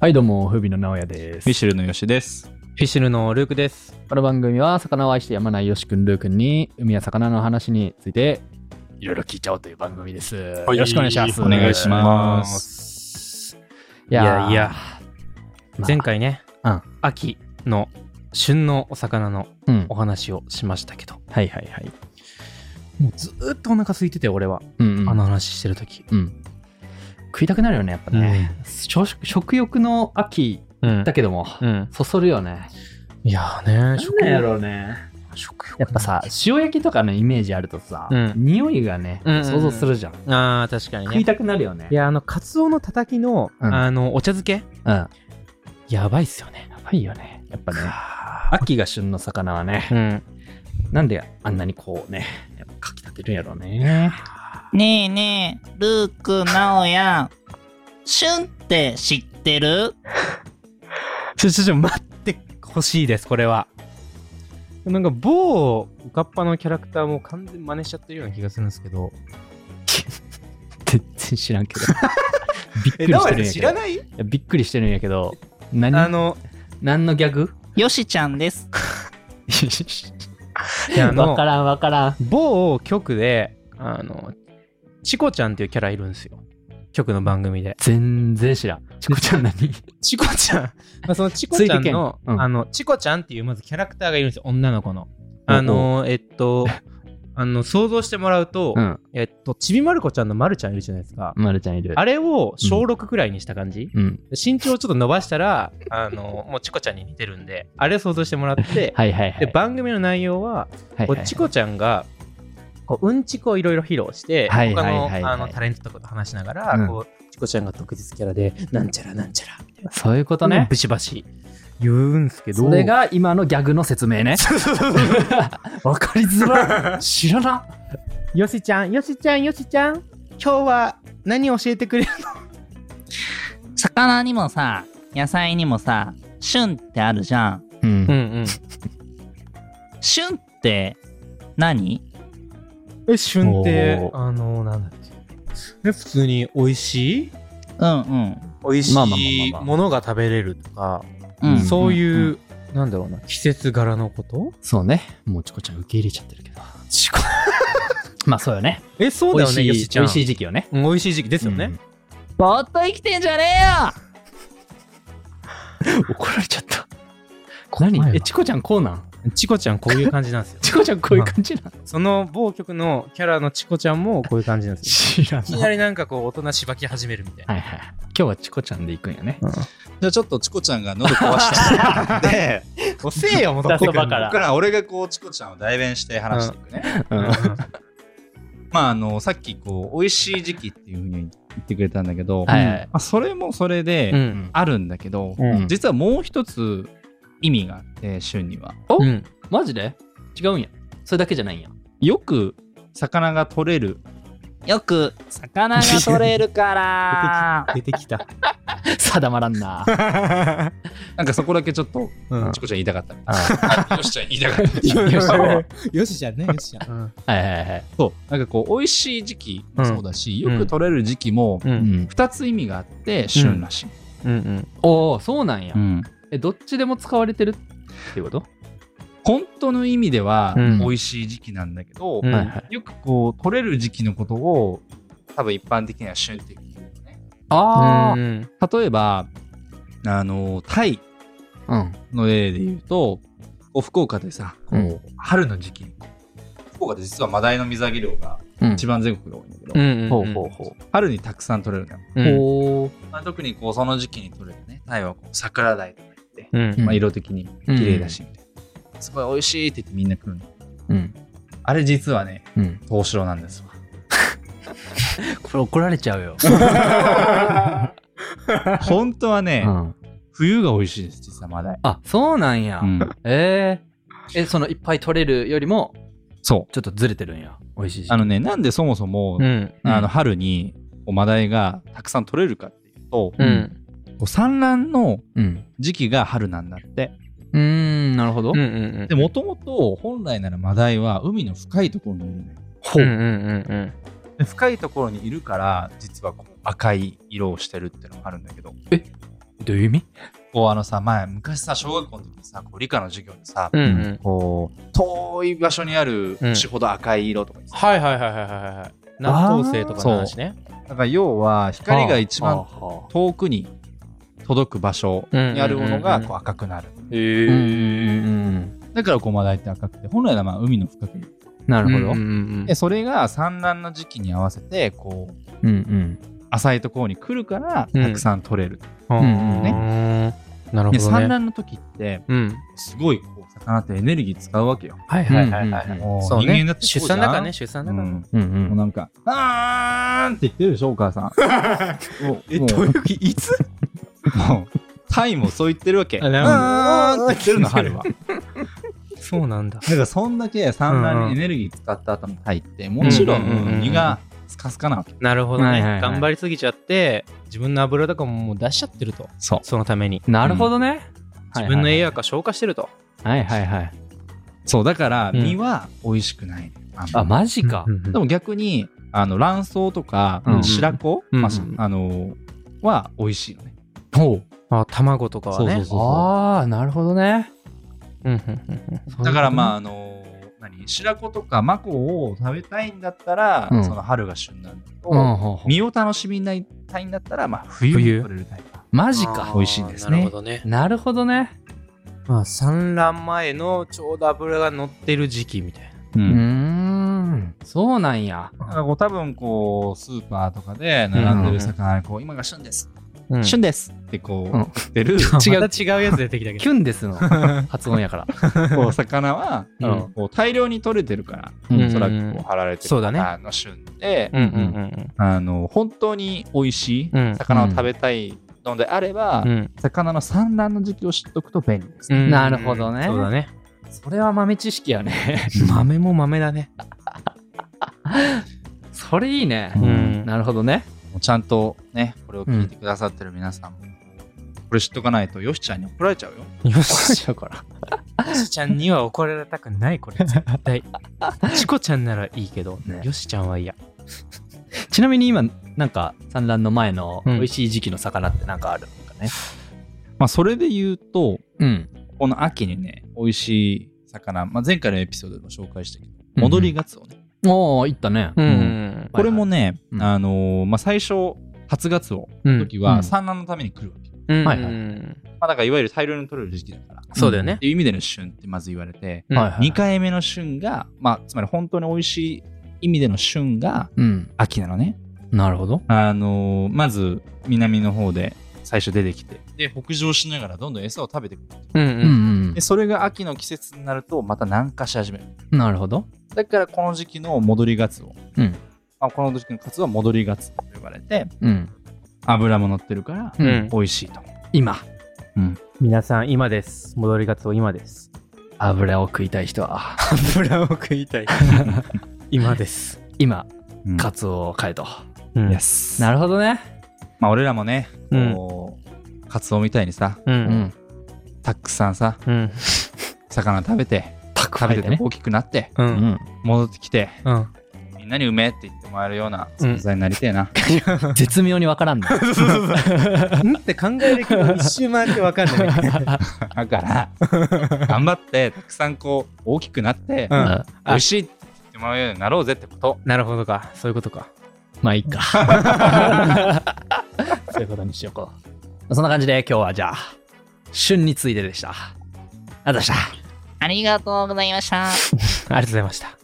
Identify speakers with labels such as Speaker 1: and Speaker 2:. Speaker 1: はい、どうも、風靡の直哉です。
Speaker 2: フィッシュルのよしです。
Speaker 3: フィッシュルのルークです。
Speaker 1: この番組は、魚を愛してやまないよしくん、ルーくんに、海や魚の話について、いろいろ聞いちゃおうという番組です。よ
Speaker 4: い
Speaker 1: ろしくお願いします。
Speaker 2: お願いし
Speaker 4: ま
Speaker 1: い
Speaker 4: す。
Speaker 3: い
Speaker 1: や
Speaker 3: や
Speaker 1: い
Speaker 3: い
Speaker 1: や
Speaker 3: や、、
Speaker 1: まあ
Speaker 3: 前。回ね、
Speaker 1: うん
Speaker 3: 秋の旬のお魚の
Speaker 1: うん
Speaker 3: お。話をしましたけど、
Speaker 1: はいはいはい。
Speaker 3: もうずーっとお腹空いてて、俺は、
Speaker 1: うん、うん。
Speaker 3: あの話してるとき。
Speaker 1: うん。食いたくなるよね、やっぱね。食食欲の秋
Speaker 3: うん
Speaker 1: だけども、
Speaker 3: うん。
Speaker 1: そそるよね。
Speaker 3: いやーね、
Speaker 1: なんなんやろうね。
Speaker 3: 食欲
Speaker 1: やっぱさ、塩焼きとかのイメージあるとさ、
Speaker 3: うん
Speaker 1: 匂いがね、
Speaker 3: うんうんうん
Speaker 1: 想像するじゃん。
Speaker 3: ああ、確かに
Speaker 1: 食い
Speaker 3: ね。
Speaker 1: たくなるよね。
Speaker 3: いや、あの、カツオのたたきの、
Speaker 1: うん
Speaker 3: あの、お茶漬け、
Speaker 1: うん。や
Speaker 3: やばいっすよね。
Speaker 1: ばいよね。やっぱね、秋が旬の魚はね、
Speaker 3: うん。
Speaker 1: なんであんなにこうね、やっぱかきたてるんやろうね。
Speaker 5: ねえねえ、ルーク、ナオヤ、旬って知ってる
Speaker 3: ちょちょちょ、待ってほしいです、これは。なんか、某、おかっぱのキャラクターも完全に真似しちゃってるような気がするんですけど。
Speaker 1: 全然知らんけ ど。びっくりしてるんやけど。い
Speaker 3: ない
Speaker 1: やびっくりしてるんやけど、
Speaker 3: あ
Speaker 1: 何
Speaker 3: の、
Speaker 1: 何のギャグ
Speaker 5: よしちゃんです。
Speaker 3: いやあの
Speaker 1: わからんわからん。
Speaker 3: 某局で、あの、チコちゃんっていうキャラいるんですよ。局の番組で。
Speaker 1: 全然知らん。チコちゃん何
Speaker 3: チコちゃんまあそのチコちゃんの、
Speaker 1: ついてけんうん
Speaker 3: あの、チコちゃんっていうまずキャラクターがいるんですよ、女の子の。あの、えっと、あの、想像してもらうと、
Speaker 1: うん。
Speaker 3: えっと、ちびまる子ちゃんのまるちゃんいるじゃないですか。
Speaker 1: まるちゃんいる。
Speaker 3: あれを小6くらいにした感じ、
Speaker 1: うん。
Speaker 3: 身長をちょっと伸ばしたら、あの、もうチコちゃんに似てるんで、あれを想像してもらって、
Speaker 1: はいはいはい。
Speaker 3: で、番組の内容は、
Speaker 1: はい
Speaker 3: こ
Speaker 1: は
Speaker 3: う
Speaker 1: い
Speaker 3: チコちゃんがこううんちくをいろいろ披露して、
Speaker 1: はいはいはい
Speaker 3: 他
Speaker 1: はい
Speaker 3: のあのタレントとかと話しながら、
Speaker 1: うん
Speaker 3: こうチコちゃんが特別キャラでなんちゃらなんちゃらみたいな
Speaker 1: そういうこと
Speaker 3: と
Speaker 1: ね
Speaker 3: ね。ブシバシ言うんすけど
Speaker 1: それが今のギャグの説 明ね。わかりづらい。知らな。
Speaker 3: よしちゃんよしちゃんよしちゃん今日は何教えてくれる
Speaker 5: 魚にもさ、野菜にもさ、旬ってあるじゃん。
Speaker 1: うん
Speaker 3: う。ん
Speaker 5: 旬って何
Speaker 3: うんえ旬って
Speaker 1: おー
Speaker 3: あのなんだっけえ普通に美味しい
Speaker 5: うんうん。
Speaker 3: 美味
Speaker 1: まあまあまあ
Speaker 3: しい
Speaker 1: まあまあ
Speaker 3: ものが食べれるとか、
Speaker 5: うん、
Speaker 3: そういう、
Speaker 5: んん。
Speaker 3: なんだろうな季節柄の こと
Speaker 1: そうね。もうチコちゃん受け入れちゃってるけど。
Speaker 3: チコ
Speaker 1: まあそうよね。
Speaker 3: えそう
Speaker 1: 美
Speaker 3: だ
Speaker 1: 味
Speaker 3: よね
Speaker 1: しい
Speaker 3: よしちゃ
Speaker 1: 美
Speaker 3: ん
Speaker 1: 味しい時期よね。
Speaker 3: うん美味しい時期ですよね、
Speaker 5: ぼーっと生きてんじゃね
Speaker 1: うん。怒られちゃった。何
Speaker 3: 前は
Speaker 1: え、チコちゃんこうなん
Speaker 3: チコちゃんこういう感じなんですよ
Speaker 1: チコちゃんこういう感じなん
Speaker 3: その某局のキャラのチコちゃんもこういう感じなんですよ
Speaker 1: 知ら
Speaker 3: いき
Speaker 1: ない。
Speaker 3: なりなんかこう大人しばき始めるみたいな
Speaker 1: はいはい。今日はチコちゃんで行くんよね。
Speaker 4: じゃあちょっとチコちゃんが喉壊した んで、
Speaker 3: 遅えよ戻ってくる
Speaker 1: 出すば
Speaker 3: の
Speaker 1: か
Speaker 4: ここから俺がこうチコちゃんを代弁して話していくね。
Speaker 1: うん。
Speaker 4: まああの、さっきこう、美味しい時期っていうふうに言ってくれたんだけど、
Speaker 1: はいはい
Speaker 4: まあ、それもそれ
Speaker 3: う
Speaker 4: で
Speaker 3: ん
Speaker 4: あるんだけど、
Speaker 3: うん
Speaker 1: うん
Speaker 4: 実はもう一つ意味があって、旬には。
Speaker 1: お
Speaker 3: うん
Speaker 1: マジで違うんや。それだけじゃないんや。
Speaker 4: よく魚が取れる。
Speaker 5: えよよく、魚が取れる から。
Speaker 3: 出てきた
Speaker 1: 定まらん な。
Speaker 4: なんかそこだけちょっと、
Speaker 3: うん
Speaker 4: チコちゃん言いたかったみたい。
Speaker 1: は
Speaker 4: あよしちゃん言いたかったみたい。
Speaker 3: よしじゃんねよしじゃん
Speaker 1: いはいはい。
Speaker 4: そう。なんかこう、美味しい時期もそうだし、
Speaker 3: うん
Speaker 4: よく取れる時期も、
Speaker 3: う
Speaker 1: うんん。
Speaker 4: 2つ意味があって旬らしい、
Speaker 3: うん
Speaker 1: おお、そうなんや
Speaker 4: う。ん
Speaker 1: え、どっちでも使われてるっていうこと
Speaker 4: 本当の意味では
Speaker 3: うん
Speaker 4: 美味しい時期なんだけど、
Speaker 3: うん
Speaker 1: はいはい。
Speaker 4: よくこう取れる時期のことを多分一般的には旬っていうよね
Speaker 1: あ
Speaker 3: うん
Speaker 4: 例えばあのタイ
Speaker 1: あ。うん。
Speaker 4: の例で言うとこう福岡でさこう、
Speaker 1: うん
Speaker 4: 春の時期に福岡で実はマダイの水揚げ量が
Speaker 1: うん
Speaker 4: 一番全国で多いんだけど、
Speaker 3: うん
Speaker 1: ほうほうほ
Speaker 4: 春にたくさん取れるのよ、
Speaker 3: う
Speaker 1: う。
Speaker 3: ん
Speaker 1: ほう。
Speaker 4: まあ、特にこうその時期に取れるねタイはこう桜鯛とか言って、
Speaker 3: うん
Speaker 1: うん
Speaker 4: まあ、色的にも綺麗だしみたいな、すごい美味しいって言ってみんな来るの
Speaker 1: うん。
Speaker 4: あれ実はね
Speaker 1: うん。
Speaker 4: 東城なんですわ
Speaker 1: これ怒られちゃうよ。
Speaker 4: 本当はね、
Speaker 1: うん。
Speaker 4: 冬が美味しいです実はまだ、
Speaker 1: あ、そうなんや。
Speaker 4: うん
Speaker 1: えーえ、そのいっぱい取れるよりも、
Speaker 4: そう
Speaker 1: ちょっとずれてるんや。美味しいし。
Speaker 4: あのねなんでそもそも、
Speaker 3: うん
Speaker 4: あの春にこうマダイがたくさん取れるかっていうと、
Speaker 3: う
Speaker 4: こ
Speaker 3: ん
Speaker 4: う産卵の
Speaker 1: うん。
Speaker 4: 時期が春なんだって
Speaker 1: うーん、なるほど。
Speaker 3: うんうん
Speaker 4: でもともと本来ならマダイは海の深いところにいるのよ
Speaker 1: ほ
Speaker 3: うんうんうんうん
Speaker 4: で深いところにいるから実はこう赤い色をしてるっていうのがあるんだけど
Speaker 1: どういう意味
Speaker 4: こうあのさ前昔さ小学校の時にさこう理科の授業でさ、
Speaker 3: うんう
Speaker 1: うん
Speaker 3: ん。
Speaker 1: こ
Speaker 4: 遠い場所にある
Speaker 3: うん
Speaker 4: 星ほど赤い色とかにさ、
Speaker 3: はいはいはいはいはいはい。南東星とかの話ね。
Speaker 4: だから要は
Speaker 1: う
Speaker 4: 光が一
Speaker 1: は
Speaker 4: 番
Speaker 1: あはあ
Speaker 4: 遠くに届く場所にあるもの
Speaker 3: うん
Speaker 4: が
Speaker 3: うんうんうん
Speaker 4: こう赤くなる、
Speaker 3: え
Speaker 1: うんうん
Speaker 3: ー。
Speaker 1: うん
Speaker 4: だからゴマダイって赤くて本来はまあ海の深くに
Speaker 1: なるほど
Speaker 3: うんうん
Speaker 4: でそれが産卵の時期に合わせてこう
Speaker 1: うん
Speaker 4: 浅いところに来るから
Speaker 3: うん
Speaker 4: たくさん取れる、
Speaker 3: うん
Speaker 1: うん
Speaker 4: うんね
Speaker 3: ね。なる
Speaker 4: で
Speaker 3: ほど
Speaker 4: 産
Speaker 3: ね。
Speaker 4: 卵の時って
Speaker 3: うん。
Speaker 4: すごいこう魚ってエネルギー使うわけよ、
Speaker 3: はい
Speaker 1: うん
Speaker 3: はいはいは
Speaker 1: うん
Speaker 3: い。
Speaker 4: も
Speaker 3: そうね
Speaker 4: 人間だって
Speaker 3: 出
Speaker 4: そうじゃん
Speaker 3: 産だからね、出産だ
Speaker 4: う
Speaker 3: からね。
Speaker 4: ん
Speaker 1: うんう
Speaker 4: もうんなんか、あーんって言ってるでしょ、お母さ ん。もう、もう
Speaker 3: いう、いつ
Speaker 4: もうタイもそう言ってるわけ。う
Speaker 3: あなるほ
Speaker 4: ー
Speaker 3: ど
Speaker 4: んって言ってるの、春は。だ
Speaker 3: そうなんだ。
Speaker 4: から、そんだけ産卵にエネルギー使った後のタイって、もちろ
Speaker 3: うんうんうんうん
Speaker 4: ん身がスカスカなわけ。
Speaker 3: なるほど
Speaker 1: はいはいは
Speaker 3: ね。
Speaker 1: い
Speaker 3: 頑張りすぎちゃって、自分の油とかももう出しちゃってると。
Speaker 4: そう。
Speaker 3: そのために。
Speaker 1: なるほどね
Speaker 3: 自分の
Speaker 1: はい
Speaker 3: 栄養価消化してると。
Speaker 1: はいはいはい
Speaker 4: そう、だから、
Speaker 3: うん
Speaker 4: 身は美味しくないね。あんま
Speaker 1: あマジか
Speaker 3: うんうん
Speaker 4: でも逆に、あの、卵巣とか
Speaker 1: うんう、ん
Speaker 4: 白子、
Speaker 3: うんうん
Speaker 4: まあしあの、は美味しいよね。
Speaker 1: ほう
Speaker 3: あ卵とかはね。
Speaker 4: そうそう
Speaker 1: ああなるほどね
Speaker 3: うんうんうんうん
Speaker 4: だから、まあ、あの、何白子とかマコを食べたいんだったら、
Speaker 1: うん
Speaker 4: その春が旬なんだけど、
Speaker 1: うんほうほう
Speaker 4: 身を楽しみたいんだったら、まあ、冬に
Speaker 3: 冬
Speaker 4: 取れるタイプ。
Speaker 1: マ
Speaker 3: マ
Speaker 1: ジか
Speaker 4: 美味しいんですね
Speaker 3: なるほどね。
Speaker 1: なるほどね
Speaker 3: まあ、産卵前のちょうど油が乗ってる時期みたいな。
Speaker 4: う
Speaker 1: うーんそうなんや
Speaker 4: だからこう多分こうスーパーとかで並んでる魚にこう今が旬です、旬ですってこう
Speaker 1: うん
Speaker 4: 売って る、
Speaker 3: 違う、また違うやつ出てきたけ
Speaker 1: キ
Speaker 3: ど。
Speaker 1: ュン ですの発音やから
Speaker 4: こう魚は、
Speaker 3: うん
Speaker 4: こう大量に取れてるから、
Speaker 1: うん
Speaker 4: おそらくこう貼られてる
Speaker 3: そうだね
Speaker 4: あの旬で、
Speaker 3: うんうん
Speaker 4: あの本当に美味しい
Speaker 3: うん
Speaker 4: 魚を食べたいのであれば、
Speaker 3: うんうん
Speaker 4: 魚の産卵の時期を知っとくと便利です、
Speaker 3: う
Speaker 4: ね
Speaker 3: ん。
Speaker 1: なるほどね
Speaker 3: そうだね。
Speaker 1: それは豆知識やね
Speaker 3: 豆も豆だね。
Speaker 1: それいいね
Speaker 4: うん
Speaker 1: なるほどね
Speaker 4: もうちゃんとねこれを聞いてくださってる皆さんも、これ知っとかないとヨシちゃんに怒られちゃうよ
Speaker 3: よし。
Speaker 1: だから
Speaker 3: しちゃんには怒られたくない、これ。絶対。チコちゃんならいいけど、
Speaker 4: ね
Speaker 3: よしちゃんは嫌。
Speaker 1: ちなみに今なんか産卵の前の
Speaker 3: うん
Speaker 1: 美味しい時期の魚ってなんかあるのかね
Speaker 4: まあそれで言うと
Speaker 1: うん
Speaker 4: この秋にね、美味しい魚、まあ、前回のエピソードでも紹介したけど、戻りガツオね。
Speaker 1: おおいったね
Speaker 3: うん。
Speaker 4: これもね、
Speaker 1: うん
Speaker 4: あのーまあ、最初、初ガツオ
Speaker 3: う
Speaker 4: の
Speaker 3: ん
Speaker 4: 時
Speaker 1: うん
Speaker 4: は産卵のために来るわけ。
Speaker 3: うん
Speaker 1: はいはい
Speaker 4: まあ、だからいわゆる大量に取れる時期だから。
Speaker 3: そうだよね
Speaker 4: っていう意味での旬ってまず言われて、
Speaker 3: うん
Speaker 1: はいはい
Speaker 4: 2回目の旬が、まあ、つまり本当に美味しい意味での旬が
Speaker 1: うん
Speaker 4: 秋なのね。
Speaker 1: なるほど
Speaker 4: あのーまず南の方で最初出てきて、で、北上しながらどんどん餌を食べてくる。
Speaker 3: うん
Speaker 1: う
Speaker 3: うん。
Speaker 1: ん
Speaker 4: で、それが秋の季節になると、また南下し始める。
Speaker 1: うんなるほど
Speaker 4: だからこの時期の戻りガツオ、
Speaker 1: うん
Speaker 4: まあ、この時期のカツオは戻りガツオと呼ばれて
Speaker 1: うん
Speaker 4: 油も乗ってるから
Speaker 1: うん
Speaker 3: うん
Speaker 4: 美味しいと、
Speaker 1: 今
Speaker 3: 皆さん、今です。戻りがつお今です。
Speaker 1: 油を食いたい人は
Speaker 3: 油を食いたい。今です。
Speaker 1: 今
Speaker 4: うん
Speaker 1: カツオを買えと
Speaker 3: うん
Speaker 4: Yes
Speaker 1: なるほどね
Speaker 4: まあ俺らもね、
Speaker 3: うん
Speaker 4: こうカツオみたいにさ
Speaker 3: う。
Speaker 1: うん
Speaker 4: たくさんさ
Speaker 3: うん。
Speaker 4: 魚食べて食べてて
Speaker 1: ね
Speaker 4: 大きくなって
Speaker 3: う。
Speaker 1: うんん
Speaker 4: 戻ってきて
Speaker 3: うん。
Speaker 4: みんなにうめえって言ってもらえるような存在になりてえな、
Speaker 1: 絶妙にわからんね
Speaker 3: うんって考えるけど一周回ってわかんない。
Speaker 4: だから頑張ってたくさんこう大きくなって、
Speaker 3: うん
Speaker 1: うん
Speaker 4: 美味しいって言ってもらえるようになろうぜってこと
Speaker 3: なるほどか。そういうことか。
Speaker 1: まあいいかそういうことにしようかそんな感じで今日はじゃあ旬についてでしたありがとうございました
Speaker 5: ありがとうございました。
Speaker 3: ありがとうございました。